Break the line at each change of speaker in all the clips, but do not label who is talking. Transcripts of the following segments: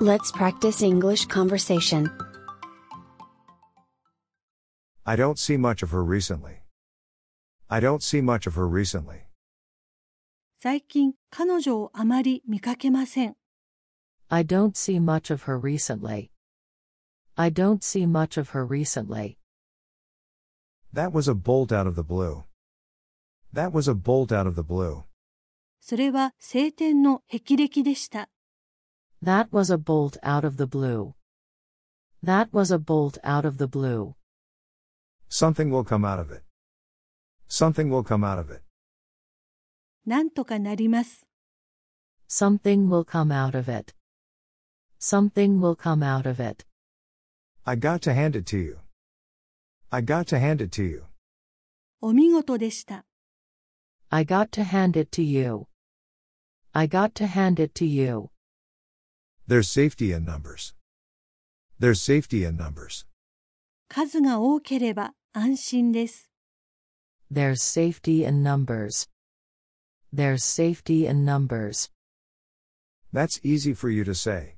Let's practice English conversation.
I don't see much of her recently. I don't see much of her recently.
最近彼女をあまり見かけません。
I don't see much of her recently. I don't see much of her recently.
That was a bolt out of the blue. That was a bolt out of the blue.
それは晴天の霹靂でした。
That was a bolt out of the blue. That was a bolt out of the blue.
Something will come out of it. Something will come out of it.
なんとかなります。
Something will come out of it. Something will come out of it.
I got to hand it to you. I got to hand it to you.
お見事でした。
I got to hand it to you. I got to hand it to you.
There's safety in numbers. There's safety in numbers.
数が多ければ安心です。
There's safety in numbers. There's safety in numbers.
That's easy for you to say.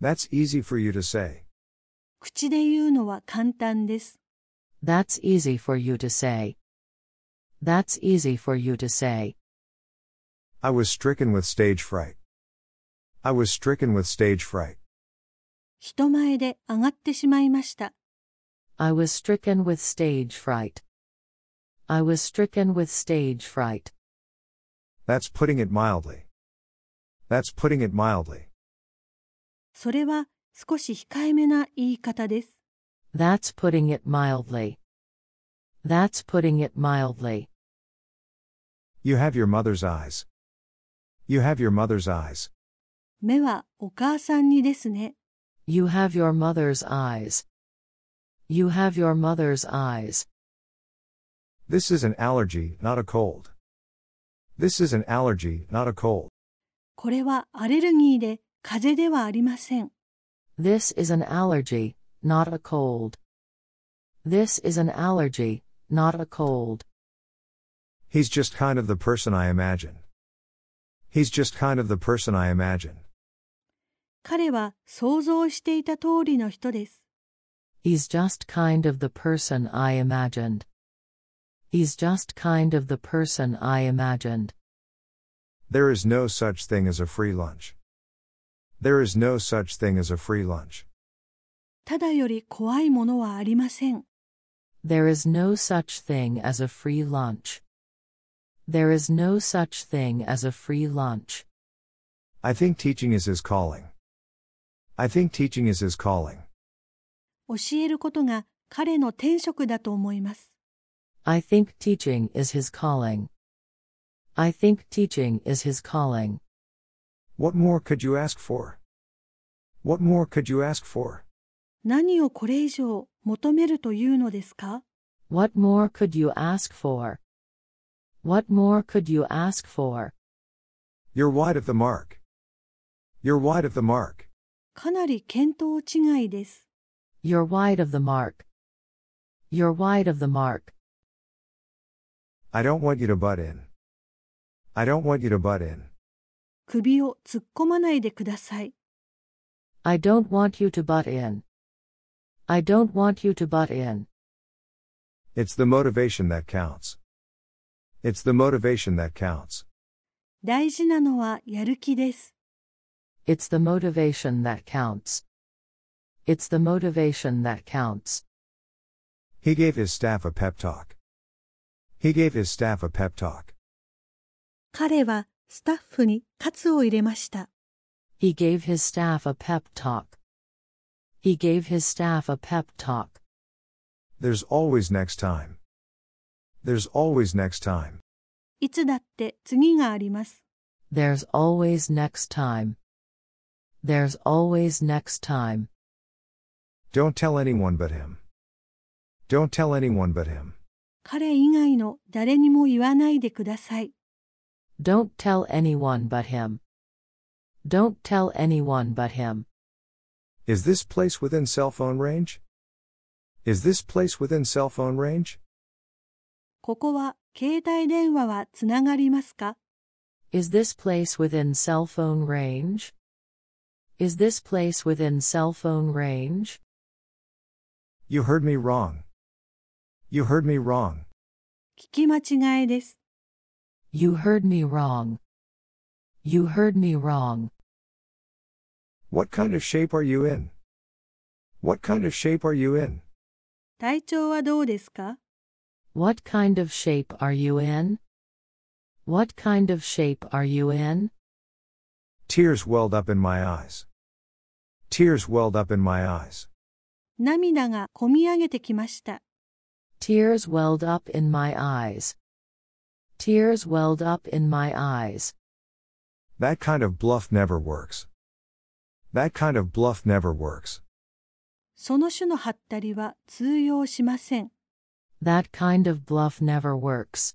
That's easy for you to say.
口で言うのは簡単です。
That's easy for you to say. That's easy for you to say.
I was stricken with stage fright. I was stricken with stage fright.
人前で上がってしまいました。
I was stricken with stage fright. I was stricken with stage fright.
That's putting it mildly. That's putting it mildly.
それは少し控えめな言い方です。
That's putting it mildly. That's putting it mildly.
You have your mother's eyes. You have your mother's eyes.
目はお母さんにですね。
You have your mother's eyes. You have your mother's eyes.
This is an allergy, not a cold. This is an allergy, not a cold.
これはアレルギーで風邪ではありません。
This is an allergy, not a cold. This is an allergy, not a cold.
He's just kind of the person I imagine. He's just kind of the person I imagine.
彼は想像していた通りの人です。
He's just kind of the person I imagined. He's just kind of the person I imagined.
There is no such thing as a free lunch. There is no such thing as a free lunch.
ただより怖いものはありません。
There is no such thing as a free lunch. There is no such thing as a free lunch.
I think teaching is his calling. I think teaching is his calling.
教えることが彼の天職だと思います。
I think teaching is his calling. I think teaching is his calling.
What more could you ask for? What more could you ask for?
何をこれ以上求めるというのですか
What more could you ask for? What more could you ask for?
You're wide of the mark. You're wide of the mark.
かなり見当違いです。
You're wide of the mark. You're wide of the mark.
I don't want you to butt in. I don't want you to butt in.
首を突っ込まないでください。
I don't want you to butt in. I don't want you to butt in.
It's the motivation that counts. It's the motivation that counts.
大事なのはやる気です。
It's the motivation that counts. It's the motivation that counts.
He gave his staff a pep talk. He gave his staff a pep talk.
彼はスタッフに喝を入れました。
He gave his staff a pep talk. He gave his staff a pep talk.
There's always next time. There's always next time.
いつだって次があります。
There's always next time. There's always next time.
Don't tell anyone but him. Don't tell anyone but him.
彼以外の誰にも言わないでください。
Don't tell anyone but him. Don't tell anyone but him.
Is this place within cell phone range? Is this place within cell phone range?
ここは携帯電話はつながりますか
Is this place within cell phone range? Is this place within cell phone range?
You heard me wrong. You heard me wrong.
聞き間違えです。
You heard me wrong. You heard me wrong.
What kind of shape are you in? What kind of shape are you in?
体調はどうですか
What kind of shape are you in? What kind of shape are you in?
Tears welled up in my eyes. Tears welled up in my eyes.
涙がこみ上げてきました。
Tears welled up in my eyes. Tears welled up in my eyes.
That kind of bluff never works. That kind of bluff never works.
その種のハったりは通用しません。
That kind of bluff never works.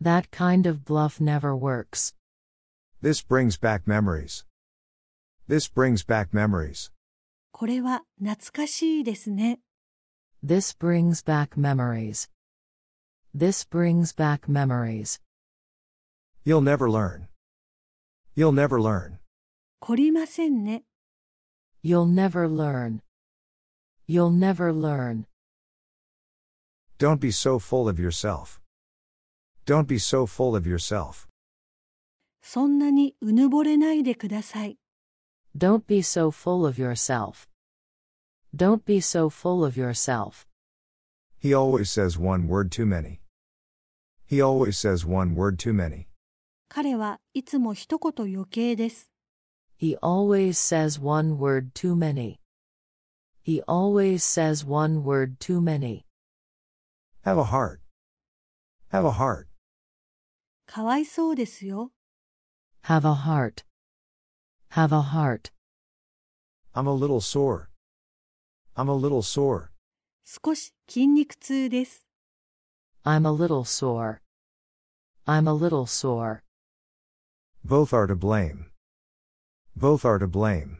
That kind of bluff never works.
This brings back memories. This brings back memories.
これは懐かしいですね。
This brings back memories. This brings back memories.
You'll never learn. You'll never learn.
懲りませんね。
You'll never learn. You'll never learn.
Don't be so full of yourself. Don't be so full of yourself.
そんなにうぬぼれないでください。
Don't be so full of yourself. Don't be so full of yourself.
He always says one word too many. He always says one word too many.
彼はいつも一言余計です。
He always says one word too many. He always says one word too many.
Have a heart. Have a heart.
かわいそうですよ。
Have a heart. Have a heart.
I'm a little sore. I'm a little sore.
少し筋肉痛です。
I'm a little sore. I'm a little sore.
Both are to blame. Both are to blame.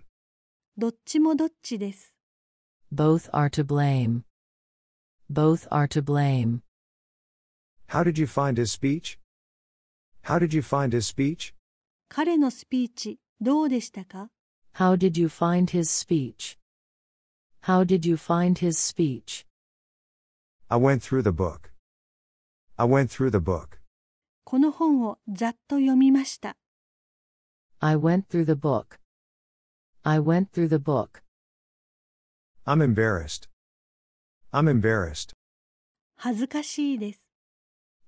どっちもどっちです。
Both are to blame. Both are to blame.
How did you find his speech? How did you find his speech?
彼のスピーチ、どうでしたか
How did you find his speech? How did you find his speech?
I went through the book. I went through the book.
この本をざっと読みました。
I went through the book. I went through the book.
I'm embarrassed. I'm embarrassed.
恥ずかしいです。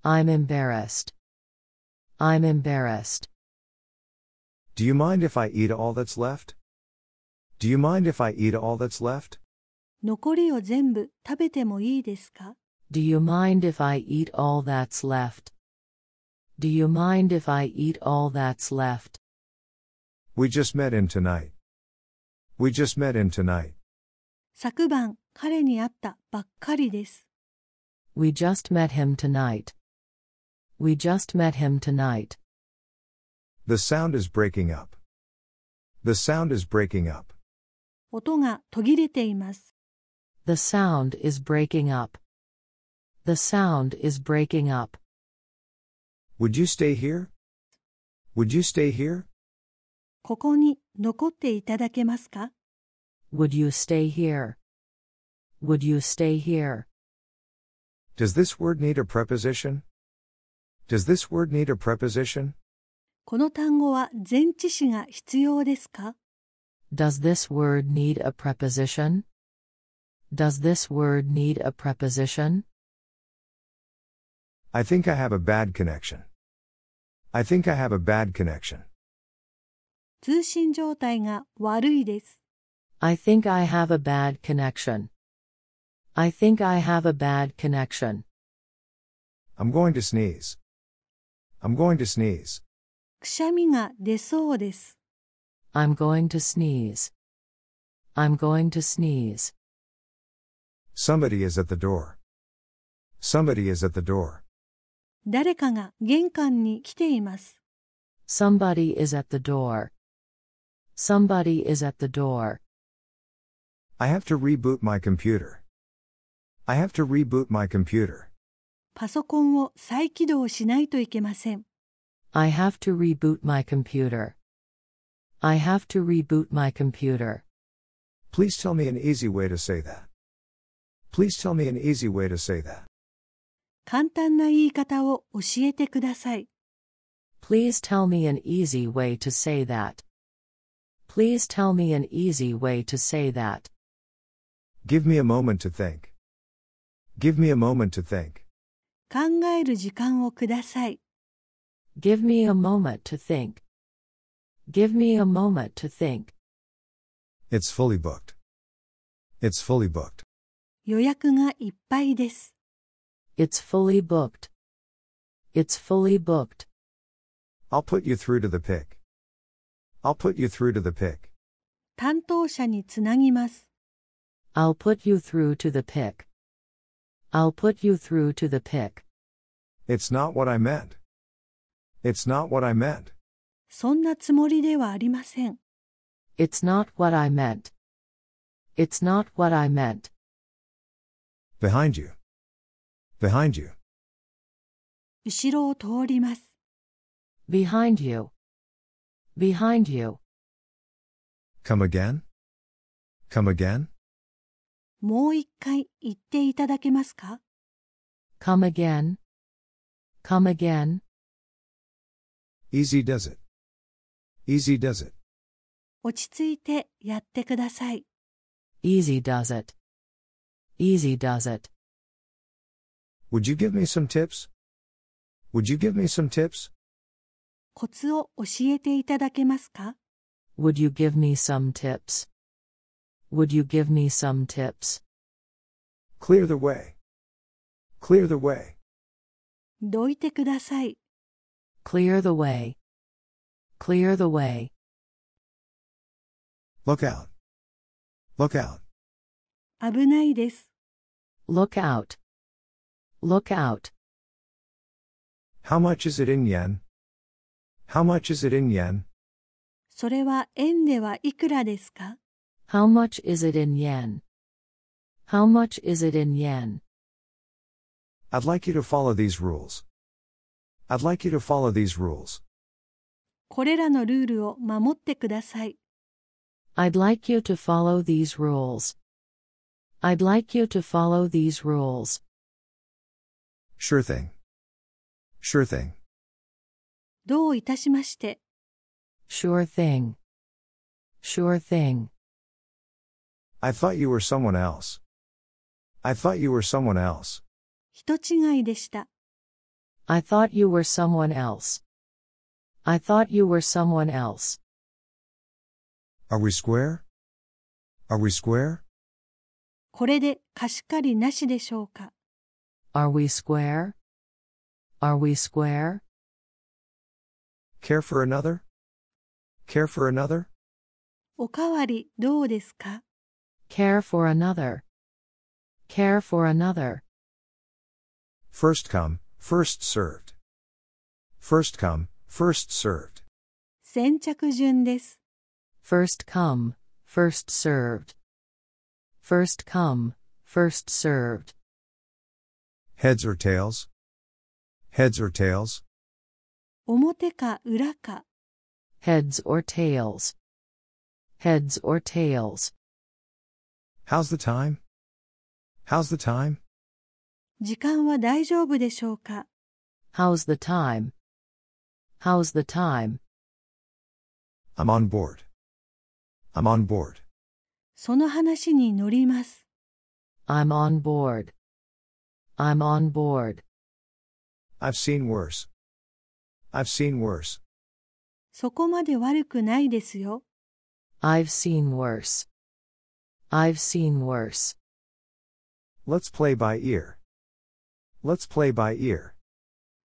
I'm embarrassed. I'm embarrassed.
Do you mind if I eat all that's left? Do you mind if I eat all that's left?
残りを全部食べてもいいですか
Do you mind if I eat all that's left? Do you mind if I eat all that's left?
We just met him tonight. We just met him tonight.
昨晩、彼に会ったばっかりです。
We just met him tonight. We just met him tonight.
The sound is breaking up. The sound is breaking up.
音が途切れています。
The sound is breaking up. The sound is breaking up.
Would you stay here? Would you stay here?
ここに残っていただけますか
Would you stay here? Would you stay here?
Does this word need a preposition? Does this word need a preposition?
この単語は前置詞が必要ですか
Does this word need a preposition? Does this word need a preposition?
I think I have a bad connection. I think I have a bad connection.
通信状態が悪いです。
I think I have a bad connection. I think I have a bad connection.
I'm going to sneeze. I'm going to sneeze.
くしゃみが出そうです。
I'm going to sneeze. I'm going to sneeze.
Somebody is at the door. Somebody is at the door.
誰かが玄関に来ています。
Somebody is at the door. Somebody is at the door.
I have to reboot my computer. I have to reboot my computer.
パソコンを再起動しないといけません。
I have to reboot my computer. I have to reboot my computer.
Please tell me an easy way to say that. Please tell me an easy way to say that.
簡単な言い方を教えてください。
Please tell me an easy way to say that. Please tell me an easy way to say that.
Give me a moment to think. Give me a moment to think.
考える時間をください。
Give me a moment to think. Give me a moment to think.
It's fully booked. It's fully booked.
予約がいっぱいです。
It's fully booked. It's fully booked.
I'll put you through to the pick. I'll put you through to the pick.
担当者につなぎます。
I'll put you through to the pick. I'll put you through to the pick.
It's not what I meant. It's not what I meant.
そんなつもりではありません。
It's not what I meant. It's not what I meant.
Behind you. Behind you.
後ろを通ります。
Behind you. Behind you.
Come again? Come again?
もう一回言っていただけますか
Come again. Come again.
Easy does it. Easy does it.
落ち着いてやってください。
Easy does it. Easy does it.
Would you give me some tips? Would you give me some tips?
コツを教えていただけますか
Would you give me some tips? Would you give me some tips?
Clear the way. Clear the way.
どいてください。
Clear the way. Clear the way.
Look out. Look out.
危ないです。
Look out. Look out.
How much is it in yen? How much is it in yen?
それは円ではいくらですか
How much is it in yen? How much is it in yen?
I'd like you to follow these rules. I'd like you to follow these rules.
これらのルールを守ってください。
I'd like you to follow these rules. I'd like you to follow these rules.
Sure thing. Sure thing.
どういたしまして。
Sure thing. Sure thing.
I thought you were someone else. I thought you were someone else.
人違いでした。
I thought you were someone else. I thought you were someone else.
Are we square? Are we square?
これで貸し借りなしでしょうか
Are we square? Are we square?
Care for another? Care for another?
おかわりどうですか
Care for another. Care for another.
First come, first served. First come, first served.
先着順です。
First come, first served. First come, first served.
Heads or tails? Heads or tails?
表か裏か、
Heads or tails. Heads or tails.
How's the time? How's the time?
時間は大丈夫でしょうか
How's the time? How's the time?
I'm on board. I'm on board.
その話に乗ります。
I'm on board. I'm on board.
I've seen worse. I've seen worse.
そこまで悪くないですよ。
I've seen worse. I've seen worse.
Let's play by ear. Let's play by ear.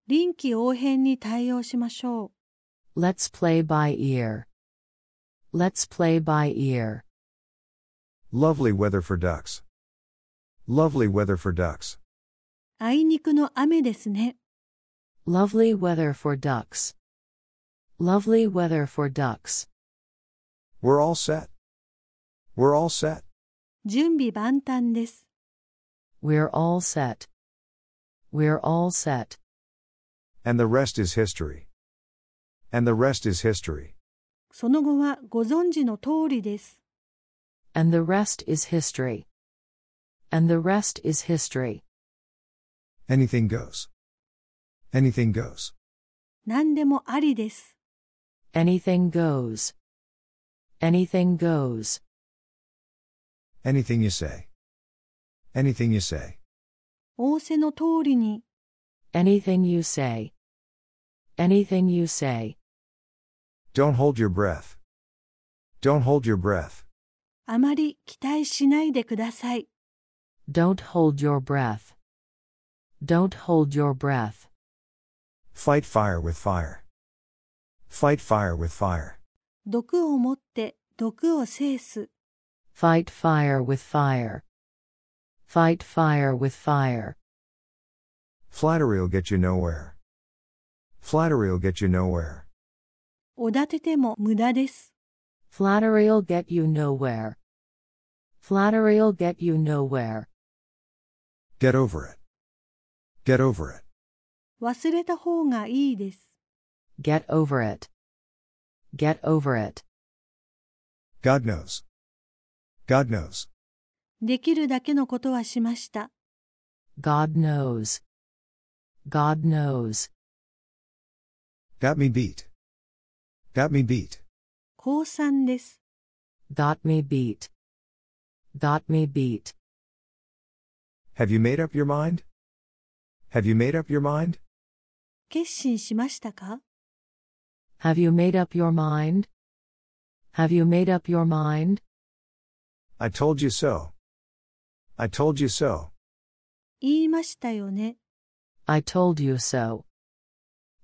臨機応変に対応しましょう。
Let's play by ear. Let's play by ear.
Lovely weather for ducks. Lovely weather for ducks.
あいにくの雨ですね。
Lovely weather for ducks. Lovely weather for ducks.
We're all set. We're all set.
準備万端です。
We're all set. We're all set.
And the rest is history. And the rest is history.
その後はご存知の通りです。
And the rest is history. And the rest is history.
Anything goes. Anything goes.
何でもありです。
Anything goes. Anything goes.
Anything you say. Anything you say.
仰せの通りに、
Anything you say. Anything you say.
Don't hold your breath. Don't hold your breath.
あまり期待しないでください。
Don't hold your breath. Don't hold your breath.
Fight fire with fire. Fight fire with fire.
毒を持って毒を制す。
Fight fire with fire. Fight fire with fire.
Flattery'll get you nowhere. Flattery'll get you nowhere.
おだてても無駄です。
Flattery'll get you nowhere. Flattery'll get you nowhere.
Get over it. Get over it.
忘れた方がいいです。
Get over it. Get over it.
God knows. God knows.
できるだけのことはしました。
God knows. God knows.
Got me beat. Got me beat.
降参です。
Got me beat. Got me beat.
Have you made up your mind? Have you made up your mind?
決心しましたか
Have you made up your mind? Have you made up your mind?
I told you so. I told you so.
言いましたよね。
I told you so.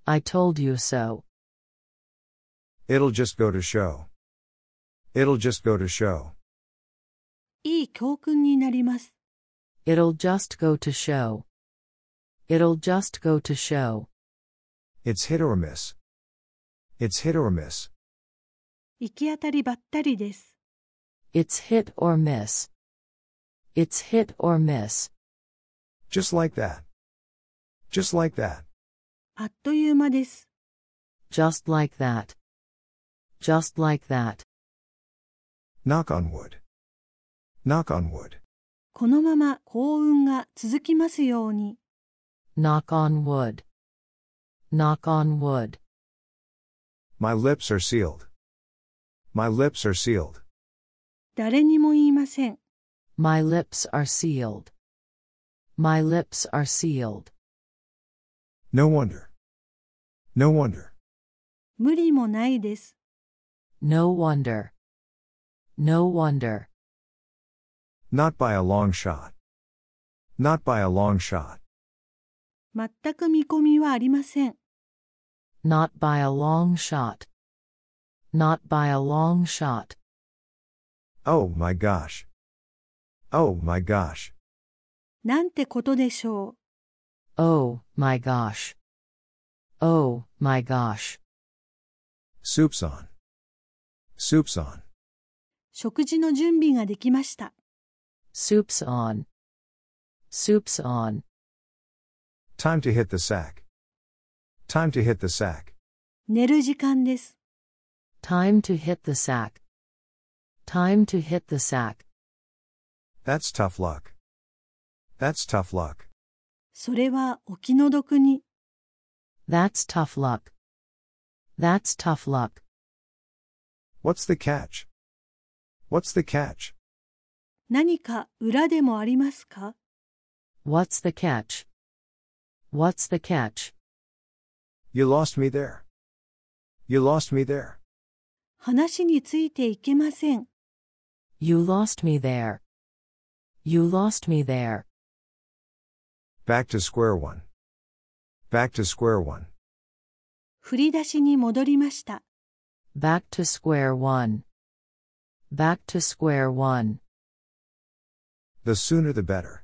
I told you so.
It'll just go to show. It'll just go to show.
いい教訓になります。
It'll just go to show. It'll just go to show.
It's hit or miss. It's hit or miss.
行き当たりばったりです。
It's hit or miss. It's hit or miss.
Just like that. Just like that.
あっという間です。
Just like that. Just like that.
Knock on wood. Knock on wood.
このまま幸運が続きますように。
Knock on wood. Knock on wood.
My lips are sealed. My lips are sealed.
誰にも言いません。
My lips are sealed. My lips are sealed.
No wonder. No wonder.
無理もないです。
No wonder. No wonder.
Not by a long shot. Not by a long shot.
全く見込みはありません。
Not by a long shot. Not by a long shot.
Oh my gosh. Oh my gosh.
なんてことでしょう。
Oh, my gosh. Oh, my gosh.
Soup's on. Soup's on.
食事の準備ができました。
Soup's on. Soup's on.
Time to hit the sack. Time to hit the sack.
寝る時間です。
Time to hit the sack. Time to hit the sack.
That's tough luck. That's tough luck.
それはお気の毒に。
That's tough luck. That's tough luck.
What's the catch? What's the catch?
何か裏でもありますか
What's the catch? What's the catch?
You lost me there. You lost me there.
話についていけません。
You lost me there. You lost me there.
Back to square one. Back to square one.
振り出しに戻りました。
Back to square one. Back to square one.
The sooner the better.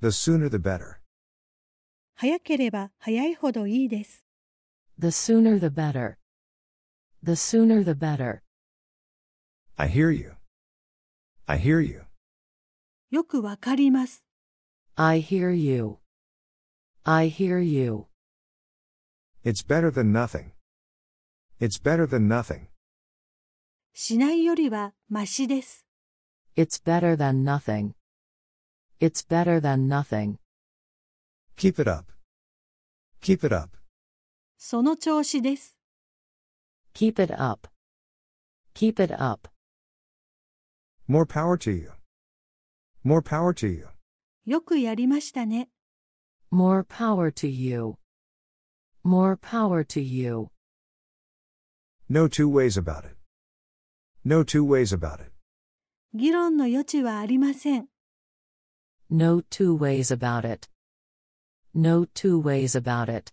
The sooner the better.
早ければ早いほどいいです。
The sooner the better. The sooner the better.
I hear you. I hear you.
よくわかります。
I hear you. I hear you.
It's better than nothing. It's better than nothing.
しないよりはマシです。
It's better than nothing. It's better than nothing.
Keep it up. Keep it up.
その調子です。
Keep it up. Keep it up.
More power to you. More power to you.
よくやりましたね。
More power to you. More power to you.
No two ways about it. No two ways about it.
議論の余地はありません。
No two ways about it. No two ways about it.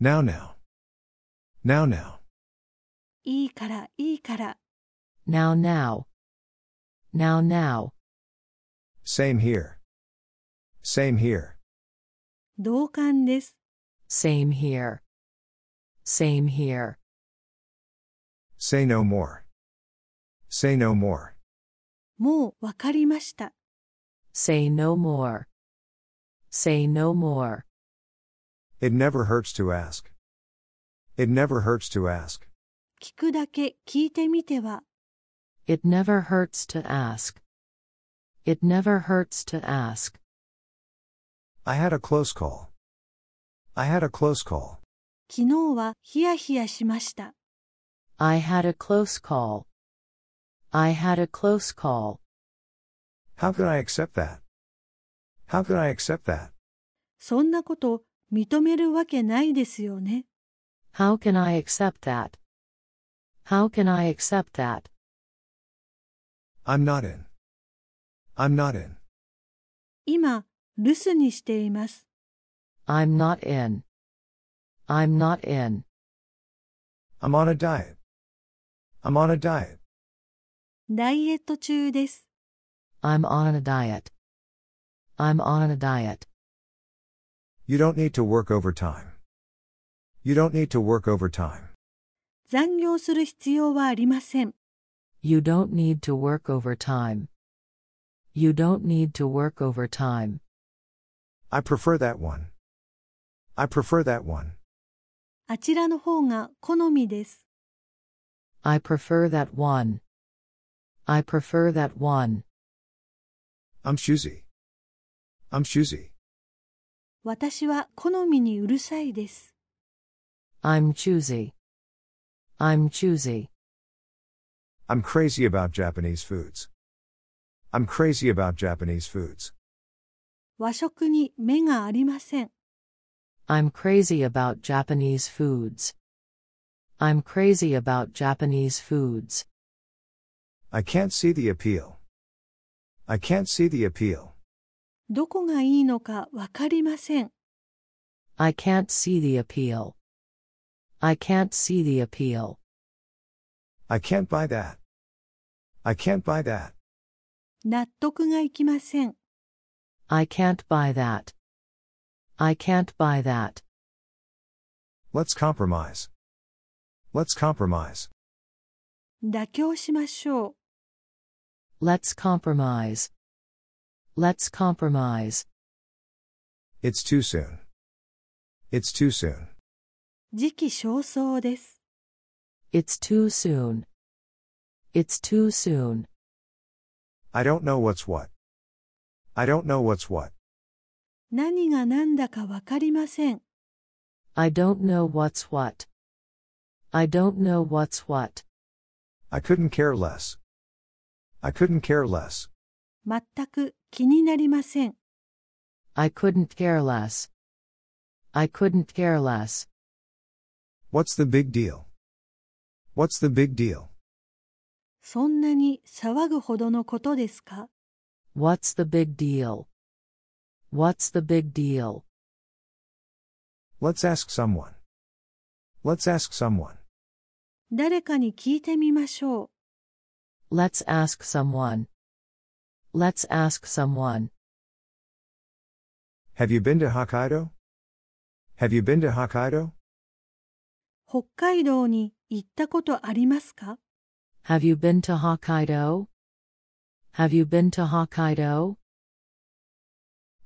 Now, now. Now, now.
いいからいいから。
Now, now. Now, now.
Same here. Same here.
同感です。
Same here. Same here.
Say no more. Say no more.
もうわかりました。
Say no more. Say no more.
It never hurts to ask. It never hurts to ask.
聞くだけ聞いてみては。
It never hurts to ask. It never hurts to ask.
I had a close call. I had a close call.
昨日はヒヤヒヤしました。
I had a close call. I had a close call.
How could I accept that? How could I accept that?
そんなこと認めるわけないですよね。
How can I accept that? How can I accept that?
I'm not in. I'm not in.
今、留守にしています。
I'm not in. I'm not in.
I'm on a diet. I'm on a diet.
ダイエット中です。
I'm on a diet. I'm on a diet.
You don't need to work overtime. You don't need to work overtime.
残業する必要はありません。
You don't need to work overtime. You don't need to work overtime.
I prefer that one. I prefer that one.
あちらの方が好みです。
I prefer that one. I prefer that one.
I'm choosy. I'm choosy.
私は好みにうるさいです。
I'm choosy. I'm choosy.
I'm crazy about Japanese foods. I'm crazy about Japanese foods.
和食に目がありません。
I'm crazy about Japanese foods. I'm crazy about Japanese foods.
I can't see the appeal. I can't see the appeal.
どこがいいのかわかりません。
I can't see the appeal. I can't see the appeal.
I can't buy that. I can't buy that.
納得がいきません。
I can't buy that. I can't buy that.
Let's compromise. Let's compromise.
妥協しましょう。
Let's compromise. Let's compromise.
It's too soon. It's too soon.
時期尚早です。
It's too soon. It's too soon.
I don't know what's what. I don't know what's what.
何が何だかわかりません。
I don't know what's what. I don't know what's what.
I couldn't care less. I couldn't care less.
全く気になりません。
I couldn't care less. I couldn't care less.
What's the big deal? What's the big deal?
そんなに騒ぐほどのことですか
What's the big deal? What's the big deal?
Let's ask someone. Let's ask someone.
誰かに聞いてみましょう。
Let's ask someone. Let's ask someone.
Have you been to Hokkaido? Have you been to Hokkaido?
北海道に行ったことありますか
Have you been to Hokkaido? Have you been to Hokkaido?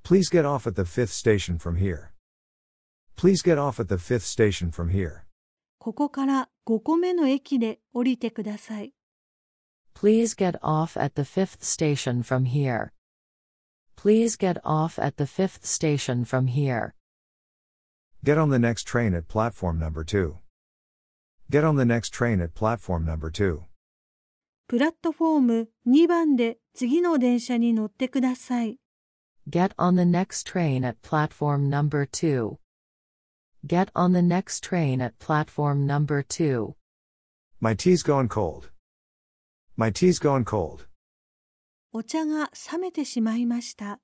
Please get off at the fifth station from here. Please get off at the fifth station from here.
ここから5個目の駅で降りてください。
Please get off at the fifth station from here. Please get off at the fifth station from here.
Get on the next train at platform number 2. Get on the next train at platform number 2.
プラットフォーム2番で次の電車に乗ってください。
Get on the next train at platform number 2. Get on the next train at platform number 2.
My tea's gone cold. My tea's gone cold.
お茶が冷めてしまいました。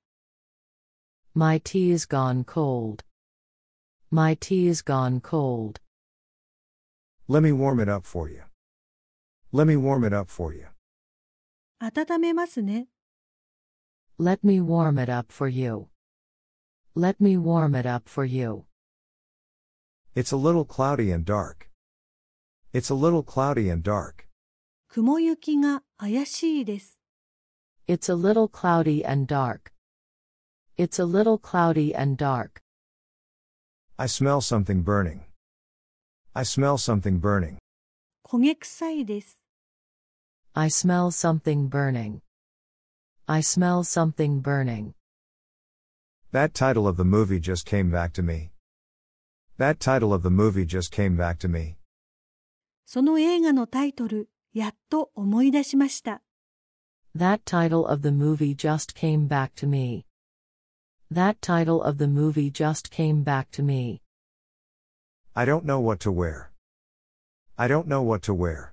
My tea's gone cold. My tea's gone cold.
Let me warm it up for you. Let me warm it up for you.
温めますね。
Let me warm it up for you. Let me warm it up for you.
It's a little cloudy and dark. It's a little cloudy and dark.
雲行きが怪しいです。
It's a little cloudy and dark. It's a little cloudy and dark.
I smell something burning. I smell something burning.
焦げ臭いです。
I smell something burning. I smell something burning.
That title of the movie just came back to me. That title of the movie just came back to me.
その映画のタイトル、やっと思い出しました。
That title of the movie just came back to me. That title of the movie just came back to me.
I don't know what to wear. I don't know what to wear.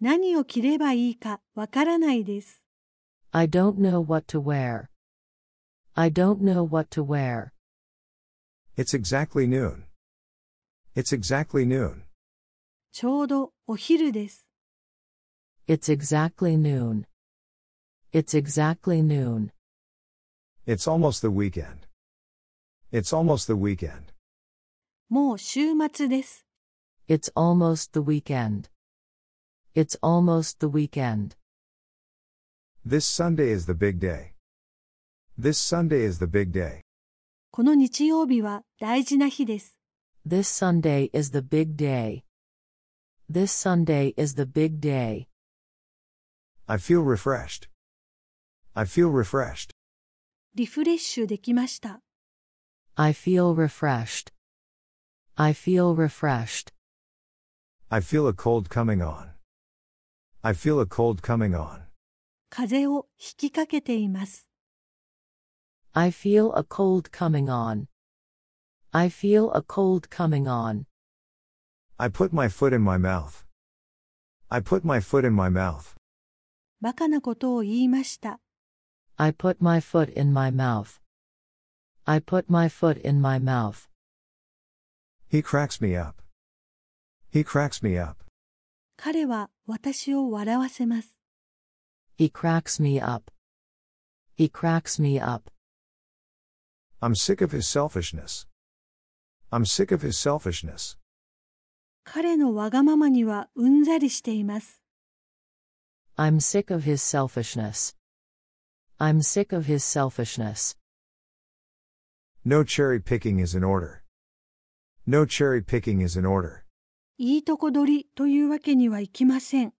何を着ればいいかわからないです。
I don't know what to wear. I don't know what to wear.
It's exactly noon. It's exactly noon.
ちょうどお昼です。
It's exactly noon. It's exactly noon.
It's almost the weekend. It's almost the weekend.
もう週末です。
It's almost the weekend. It's almost the weekend.
This Sunday is the big day. This Sunday is the big day.
この日曜日は大事な日です。
This Sunday is the big day. This Sunday is the big day.
I feel refreshed. I feel refreshed.
リフレッシュできました。
I feel refreshed. I feel refreshed.
I feel a cold coming on. I feel a cold coming on.
風邪を引きかけています。
I feel a cold coming on. I feel a cold coming on.
I put my foot in my mouth. I put my foot in my mouth.
バカなことを言いました。
I put my foot in my mouth. I put my foot in my mouth.
He cracks me up. He cracks me up.
彼は私を笑わせます。
He cracks me up. He cracks me up.
I'm sick of his selfishness. I'm sick of his selfishness.
彼のわがままにはうんざりしています。
I'm sick of his selfishness. I'm sick of his selfishness.
No cherry picking is in order. No cherry picking is in order.
いいとこ取りというわけにはいきません。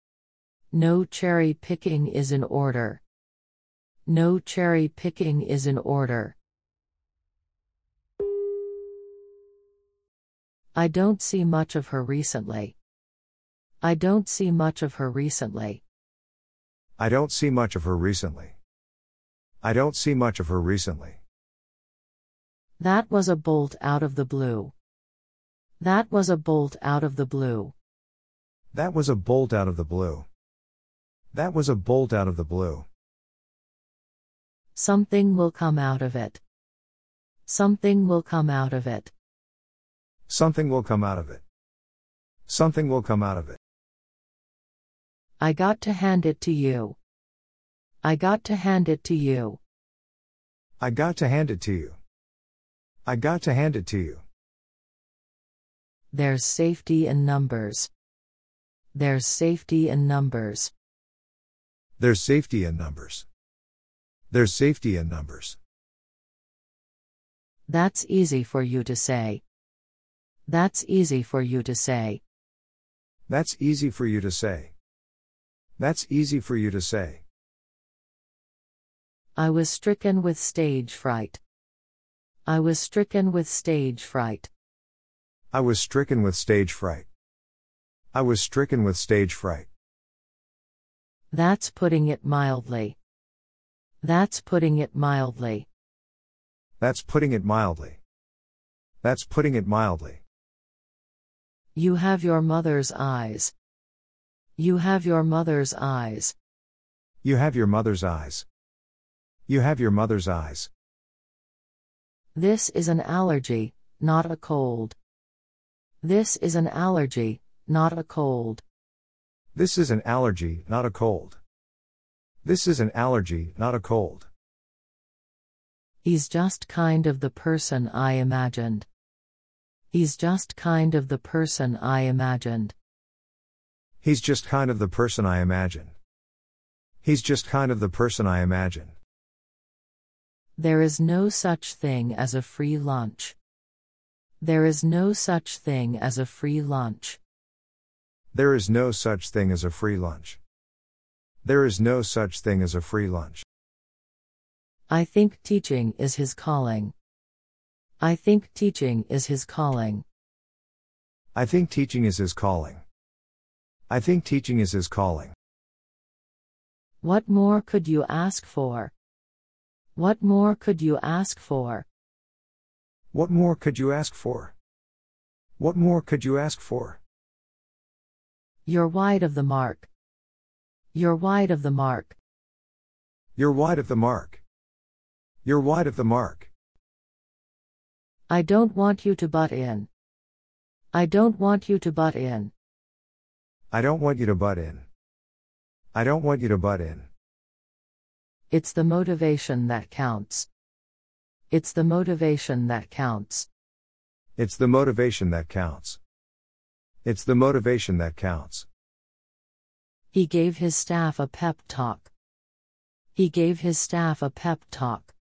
No cherry picking is in order. No cherry picking is in order. I don't see much of her recently. I don't see much of her recently.
I don't see much of her recently. I don't see much of her recently.
That was a bolt out of the blue. That was a bolt out of the blue.
That was a bolt out of the blue. That was a bolt out of the blue.
Something will come out of it. Something will come out of it.
Something will come out of it. Something will come out of it.
I got to hand it to you. I got to hand it to you.
I got to hand it to you. I got to hand it to you.
There's safety in numbers. There's safety in numbers.
There's safety in numbers. There's safety in numbers.
That's easy for you to say. That's easy for you to say.
That's easy for you to say. That's easy for you to say.
I was stricken with stage fright. I was stricken with stage fright.
I was stricken with stage fright. I was stricken with stage fright.
That's putting it mildly. That's putting it mildly.
That's putting it mildly. That's putting it mildly.
You have your mother's eyes. You have your mother's eyes.
You have your mother's eyes. You have your mother's eyes.
This is an allergy, not a cold. This is an allergy, not a cold.
This is an allergy, not a cold. This is an allergy, not a cold.
He's just kind of the person I imagined. He's just kind of the person I imagined.
He's just kind of the person I imagine. He's just kind of the person I imagine.
There is no such thing as a free lunch. There is no such thing as a free lunch.
There is no such thing as a free lunch. There is no such thing as a free lunch.
I think teaching is his calling. I think teaching is his calling.
I think teaching is his calling. I think teaching is his calling.
What more could you ask for? What more could you ask for?
What more could you ask for? What more could you ask for?
You're wide of the mark. You're wide of the mark.
You're wide of the mark. You're wide of the mark.
I don't want you to butt in. I don't want you to butt in.
I don't want you to butt in. I don't want you to butt in.
It's the motivation that counts. It's the motivation that counts.
It's the motivation that counts. It's the motivation that counts.
He gave his staff a pep talk. He gave his staff a pep talk.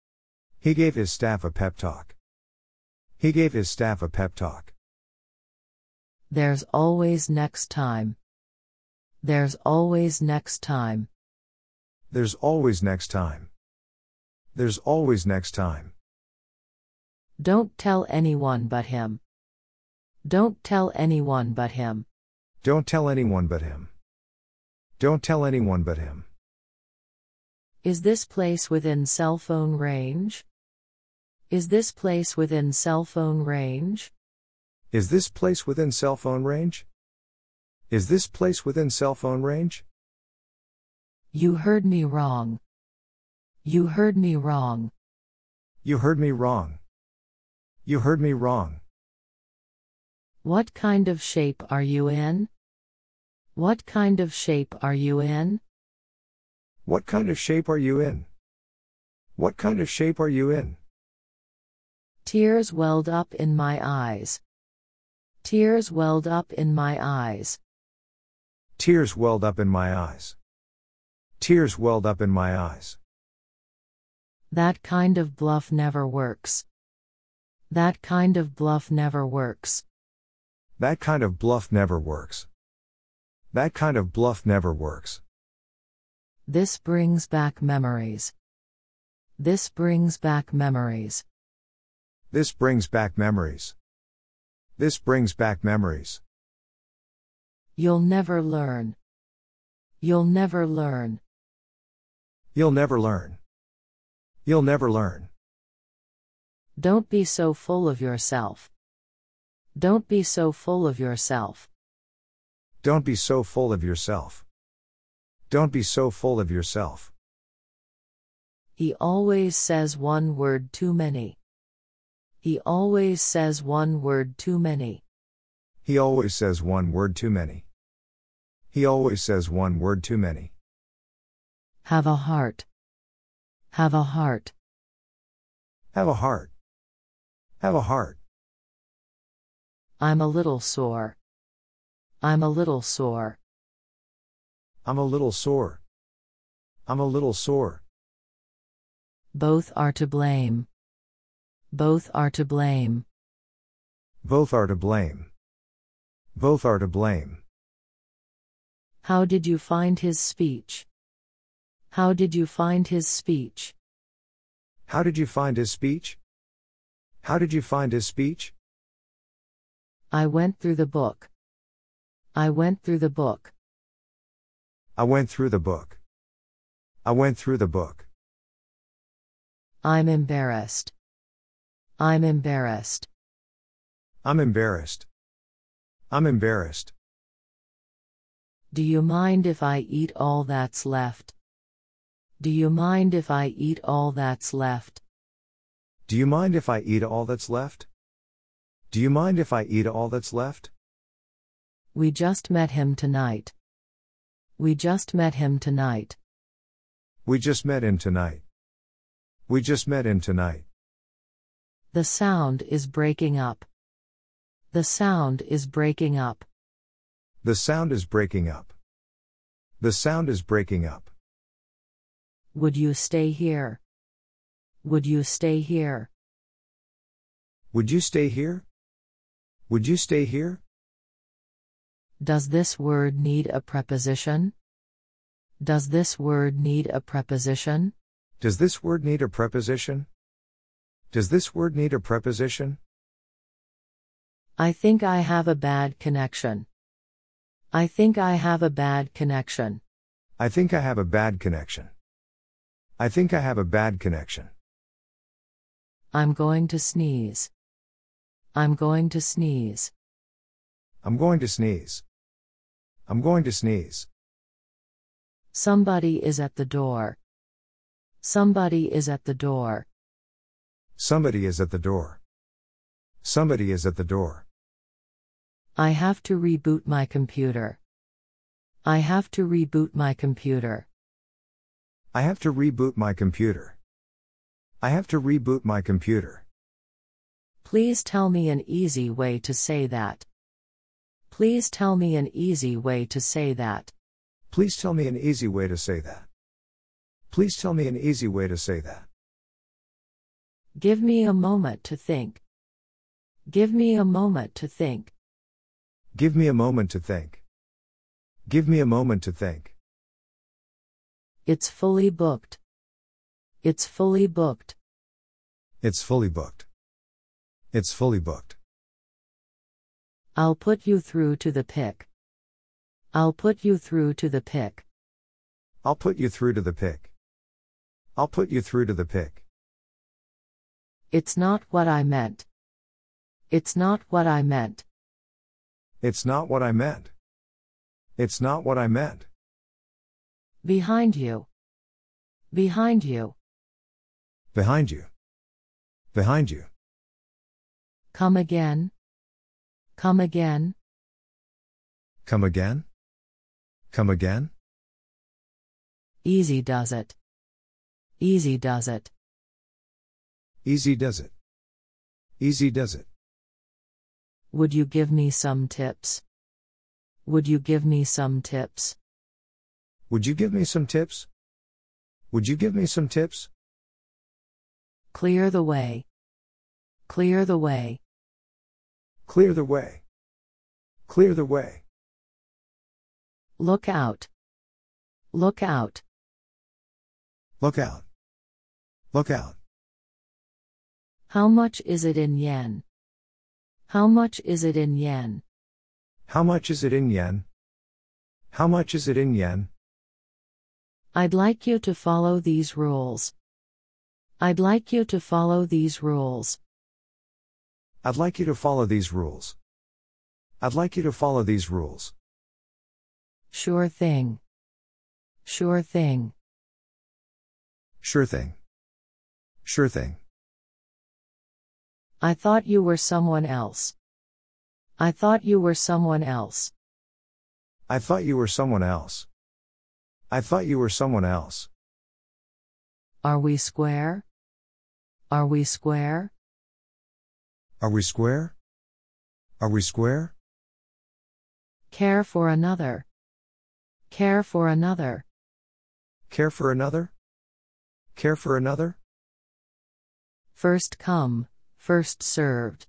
He gave his staff a pep talk. He gave his staff a pep talk.
There's always next time. There's always next time.
There's always next time. There's always next time.
Don't tell anyone but him. Don't tell anyone but him.
Don't tell anyone but him. Don't tell anyone but him.
Is this place within cell phone range? Is this place within cell phone range?
Is this place within cell phone range? Is this place within cell phone range?
You heard me wrong. You heard me wrong.
You heard me wrong. You heard me wrong.
What kind of shape are you in? What kind of shape are you in?
What kind of shape are you in? What kind of shape are you in?
Tears welled up in my eyes. Tears welled up in my eyes.
Tears welled up in my eyes. Tears welled up in my eyes.
That kind of bluff never works. That kind of bluff never works.
That kind of bluff never works. That kind of bluff never works.
This brings back memories. This brings back memories.
This brings back memories. This brings back memories.
You'll never learn. You'll never learn.
You'll never learn. You'll never learn.
Don't be so full of yourself. Don't be so full of yourself.
Don't be so full of yourself. Don't be so full of yourself.
He always says one word too many. He always says one word too many.
He always says one word too many. He always says one word too many.
Have a heart. Have a heart.
Have a heart. Have a heart.
I'm a little sore. I'm a little sore.
I'm a little sore. I'm a little sore.
Both are to blame. Both are to blame.
Both are to blame. Both are to blame.
How did you find his speech? How did you find his speech?
How did you find his speech? How did you find his speech?
I went through the book. I went through the book.
I went through the book. I went through the book.
I'm embarrassed. I'm embarrassed.
I'm embarrassed. I'm embarrassed.
Do you mind if I eat all that's left? Do you mind if I eat all that's left?
Do you mind if I eat all that's left? Do you mind if I eat all that's left?
We just met him tonight. We just met him tonight.
We just met him tonight. We just met him tonight.
The sound is breaking up. The sound is breaking up.
The sound is breaking up. The sound is breaking up.
Would you stay here? Would you stay here?
Would you stay here? Would you stay here?
Does this word need a preposition? Does this word need a preposition?
Does this word need a preposition? Does this word need a preposition?
I think I have a bad connection. I think I have a bad connection.
I think I have a bad connection. I think I have a bad connection.
I'm going to sneeze. I'm going to sneeze.
I'm going to sneeze. I'm going to sneeze.
Somebody is at the door. Somebody is at the door.
Somebody is at the door. Somebody is at the door.
I have to reboot my computer. I have to reboot my computer.
I have to reboot my computer. I have to reboot my computer.
Please tell me an easy way to say that. Please tell me an easy way to say that.
Please tell me an easy way to say that. Please tell me an easy way to say that.
Give me a moment to think. Give me a moment to think.
Give me a moment to think. Give me a moment to think.
It's fully booked. It's fully booked.
It's fully booked. It's fully booked.
I'll put you through to the pick. I'll put you through to the pick.
I'll put you through to the pick. I'll put you through to the pick.
It's not what I meant. It's not what I meant.
It's not what I meant. It's not what I meant.
Behind you. Behind you.
Behind you. Behind you.
Come again. Come again.
Come again? Come again?
Easy does it. Easy does it.
Easy does it. Easy does it.
Would you give me some tips? Would you give me some tips?
Would you give me some tips? Would you give me some tips?
Clear the way. Clear the way.
Clear the way. Clear the way.
Look out. Look out.
Look out. Look out.
How much is it in yen? How much is it in yen?
How much is it in yen? How much is it in yen?
I'd like you to follow these rules. I'd like you to follow these rules.
I'd like you to follow these rules. I'd like you to follow these rules.
Sure thing. Sure thing.
Sure thing. Sure thing.
I thought you were someone else. I thought you were someone else.
I thought you were someone else. I thought you were someone else.
Are we square? Are we square?
Are we square? Are we square?
Care for another. Care for another.
Care for another? Care for another?
First come, first served.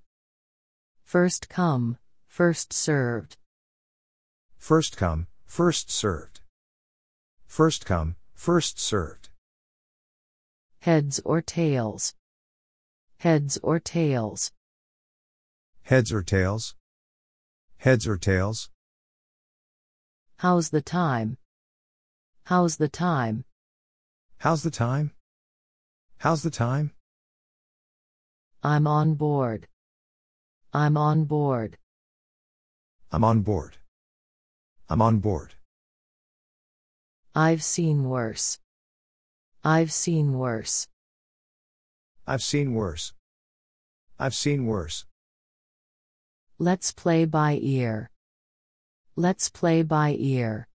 First come, first served.
First come, First served. First come, first served.
Heads or tails? Heads or tails?
Heads or tails? Heads or tails?
How's the time? How's the time?
How's the time? How's the time?
I'm on board. I'm on board.
I'm on board. I'm on board.
I've seen worse. I've seen worse.
I've seen worse. I've seen worse.
Let's play by ear. Let's play by ear.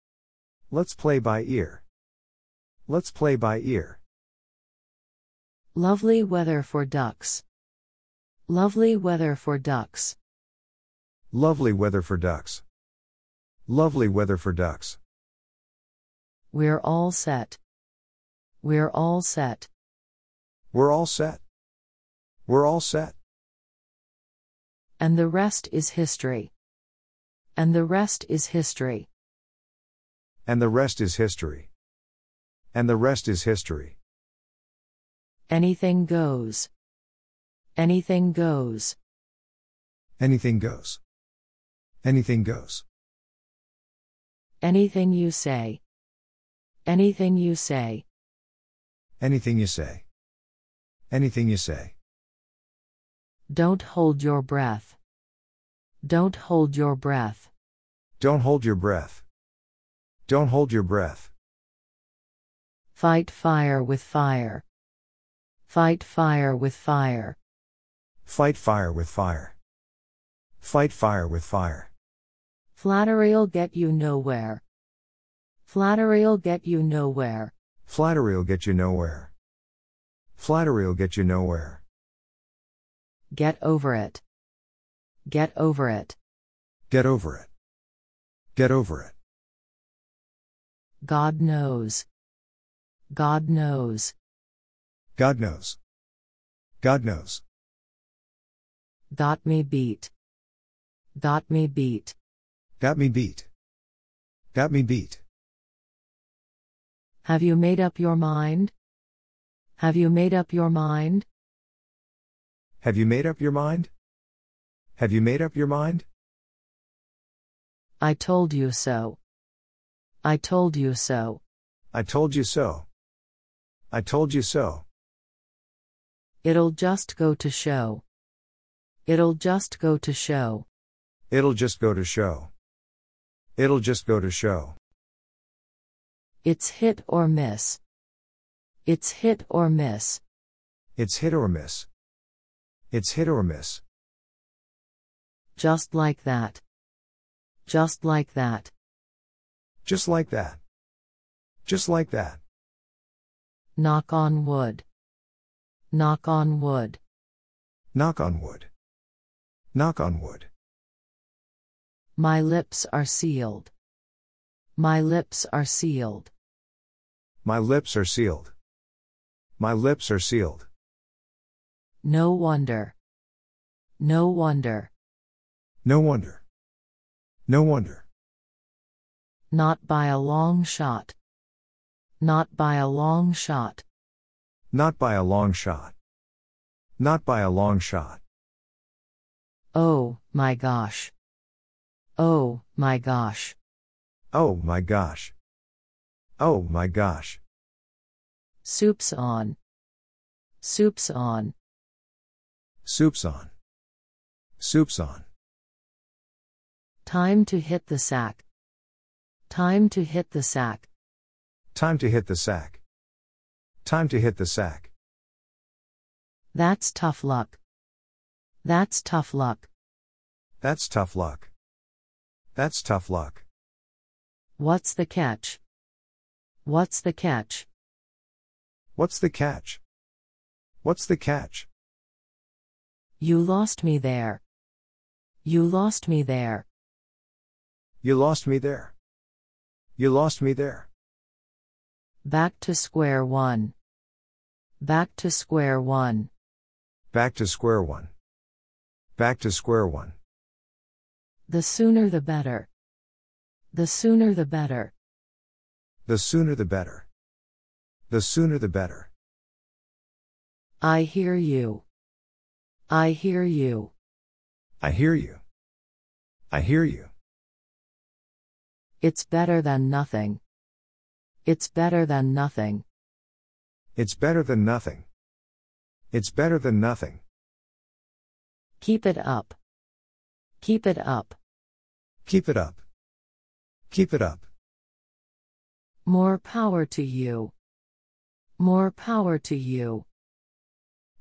Let's play by ear. Let's play by ear.
Lovely weather for ducks. Lovely weather for ducks.
Lovely weather for ducks. Lovely weather for ducks.
We're all set. We're all set.
We're all set. We're all set.
And the rest is history. And the rest is history.
And the rest is history. And the rest is history.
Anything goes. Anything goes.
Anything goes. Anything goes.
Anything you say. Anything you say.
Anything you say. Anything you say.
Don't hold your breath. Don't hold your breath.
Don't hold your breath. Don't hold your breath.
Fight fire with fire. Fight fire with fire.
Fight fire with fire. Fight fire with fire.
Flattery'll get you nowhere. Flattery'll get you nowhere.
Flattery'll get you nowhere. Flattery'll get you nowhere.
Get over it. Get over it.
Get over it. Get over it.
God knows. God knows.
God knows. God knows.
Got me beat. Got me beat.
Got me beat. Got me beat.
Have you made up your mind? Have you made up your mind?
Have you made up your mind? Have you made up your mind?
I told you so. I told you so.
I told you so. I told you so.
It'll just go to show. It'll just go to show.
It'll just go to show. It'll just go to show.
It's hit or miss. It's hit or miss.
It's hit or miss. It's hit or miss.
Just like that. Just like that.
Just like that. Just like that.
Knock on wood. Knock on wood.
Knock on wood. Knock on wood.
My lips are sealed. My lips are sealed.
My lips are sealed. My lips are sealed.
No wonder. No wonder.
No wonder. No wonder.
Not by a long shot. Not by a long shot.
Not by a long shot. Not by a long shot.
Oh, my gosh. Oh, my gosh.
Oh my gosh. Oh my gosh.
Soup's on. Soup's on.
Soup's on. Soup's on.
Time to hit the sack. Time to hit the sack.
Time to hit the sack. Time to hit the sack.
That's tough luck. That's tough luck.
That's tough luck. That's tough luck.
What's the catch? What's the catch?
What's the catch? What's the catch?
You lost me there. You lost me there.
You lost me there. You lost me there.
Back to square one. Back to square one.
Back to square one. Back to square one.
The sooner the better. The sooner the better.
The sooner the better. The sooner the better.
I hear you. I hear you.
I hear you. I hear you.
It's better than nothing. It's better than nothing.
It's better than nothing. It's better than nothing.
Keep it up. Keep it up.
Keep it up. Keep it up.
More power to you. More power to you.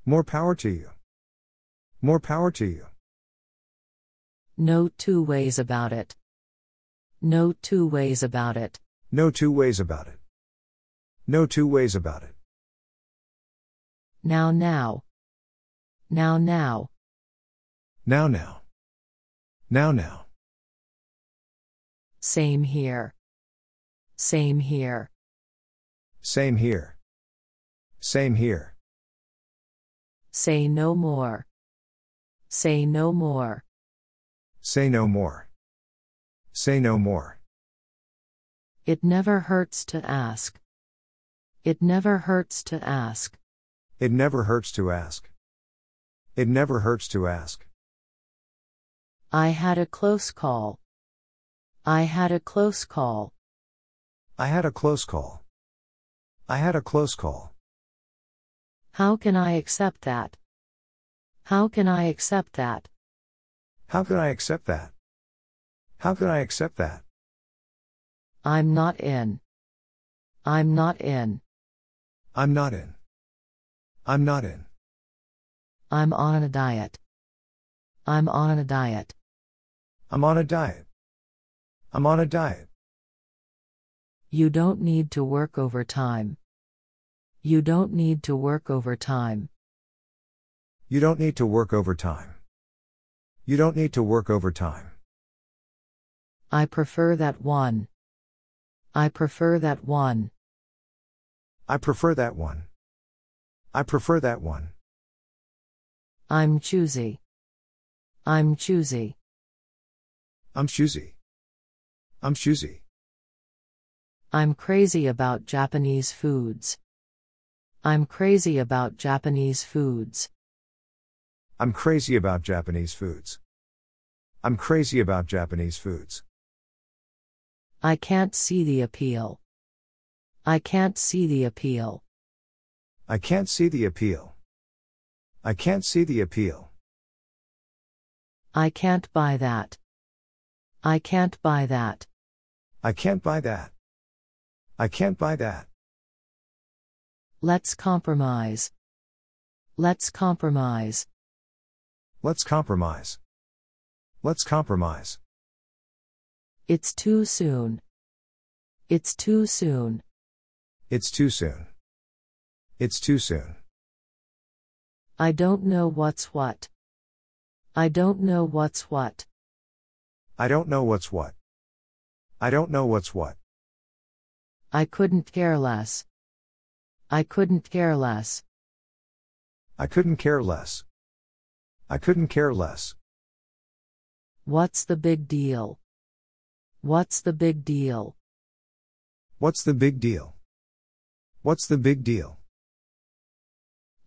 More power to you. More power to you.
No two ways about it. No two ways about it.
No two ways about it. No two ways about it.
Now, now. Now, now.
Now, now. Now, now.
Same here. Same here.
Same here. Same here.
Say no more. Say no more.
Say no more. Say no more.
It never hurts to ask. It never hurts to ask.
It never hurts to ask. It never hurts to ask.
I had a close call. I had a close call.
I had a close call. I had a close call.
How can I accept that? How can I accept that?
How could I accept that? How could I accept that?
I'm not in. I'm not in.
I'm not in. I'm not in.
I'm on a diet. I'm on a diet.
I'm on a diet. I'm on a diet.
You don't need to work overtime. You don't need to work overtime.
You don't need to work overtime. You don't need to work overtime.
I prefer that one. I prefer that one.
I prefer that one. I prefer that one.
I'm choosy. I'm choosy.
I'm choosy. I'm choosy.
I'm crazy about Japanese foods. I'm crazy about Japanese foods.
I'm crazy about Japanese foods. I'm crazy about Japanese foods.
I can't see the appeal. I can't see the appeal.
I can't see the appeal. I can't see the appeal.
I can't buy that. I can't buy that.
I can't buy that. I can't buy that.
Let's compromise. Let's compromise.
Let's compromise. Let's compromise.
It's too soon. It's too soon.
It's too soon. It's too soon.
I don't know what's what. I don't know what's what.
I don't know what's what. I don't know what's what.
I couldn't care less. I couldn't care less.
I couldn't care less. I couldn't care less.
What's the big deal? What's the big deal?
What's the big deal? What's the big deal?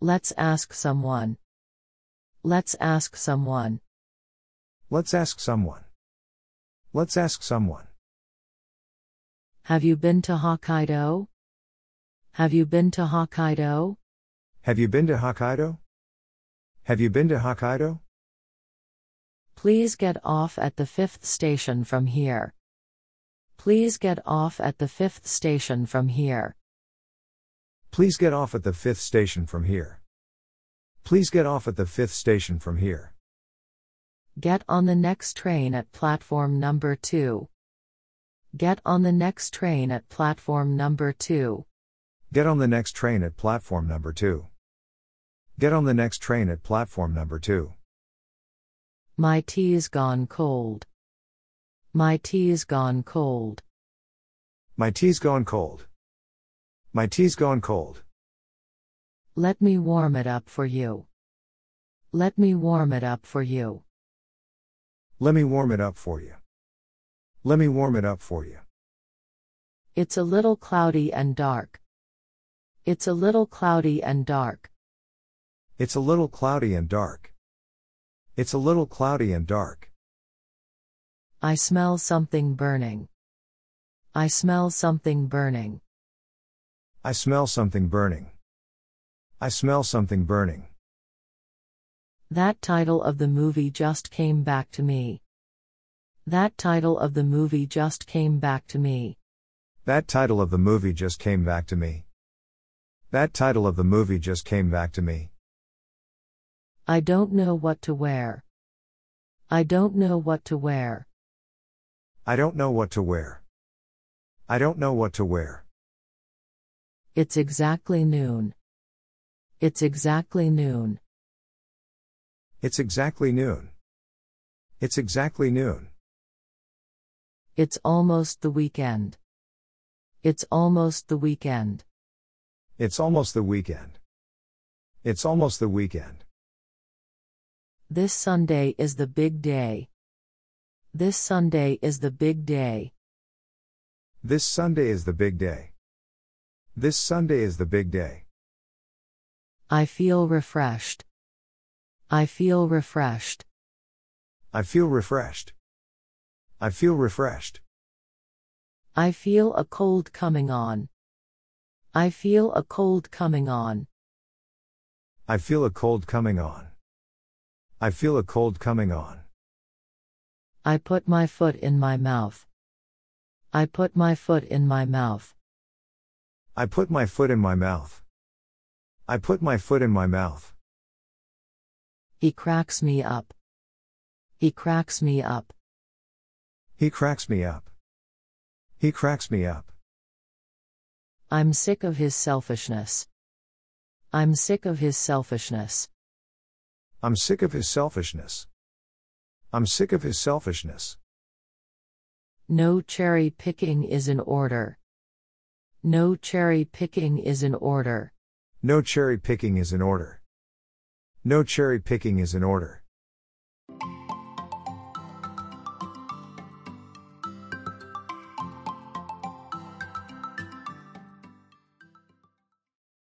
Let's ask someone. Let's ask someone.
Let's ask someone. Let's ask someone.
Have you been to Hokkaido? Have you been to Hokkaido?
Have you been to Hokkaido? Have you been to Hokkaido?
Please get off at the fifth station from here. Please get off at the fifth station from here.
Please get off at the fifth station from here. Please get off at the fifth station from here.
Get on the next train at platform number 2. Get on the next train at platform number 2.
Get on the next train at platform number 2. Get on the next train at platform number 2.
My tea's gone cold. My tea's gone cold.
My tea's gone cold. My tea's gone cold.
Let me warm it up for you. Let me warm it up for you.
Let me warm it up for you. Let me warm it up for you.
It's a little cloudy and dark. It's a little cloudy and dark.
It's a little cloudy and dark. It's a little cloudy and dark.
I smell something burning. I smell something burning.
I smell something burning. I smell something burning.
That title of the movie just came back to me. That title of the movie just came back to me.
That title of the movie just came back to me. That title of the movie just came back to me.
I don't know what to wear. I don't know what to wear.
I don't know what to wear. I don't know what to wear.
It's exactly noon. It's exactly noon.
It's exactly noon. It's exactly noon.
It's almost the weekend. It's almost the weekend.
It's almost the weekend. It's almost the weekend.
This Sunday is the big day. This Sunday is the big day.
This Sunday is the big day. This Sunday is the big day.
I feel refreshed. I feel refreshed.
I feel refreshed. I feel refreshed.
I feel a cold coming on. I feel a cold coming on.
I feel a cold coming on. I feel a cold coming on.
I put my foot in my mouth. I put my foot in my mouth.
I put my foot in my mouth. I put my foot in my mouth.
He cracks me up. He cracks me up.
He cracks me up. He cracks me up.
I'm sick of his selfishness. I'm sick of his selfishness.
I'm sick of his selfishness. I'm sick of his selfishness.
No cherry picking is in order. No cherry picking is in order.
No cherry picking is in order. No cherry picking is in order.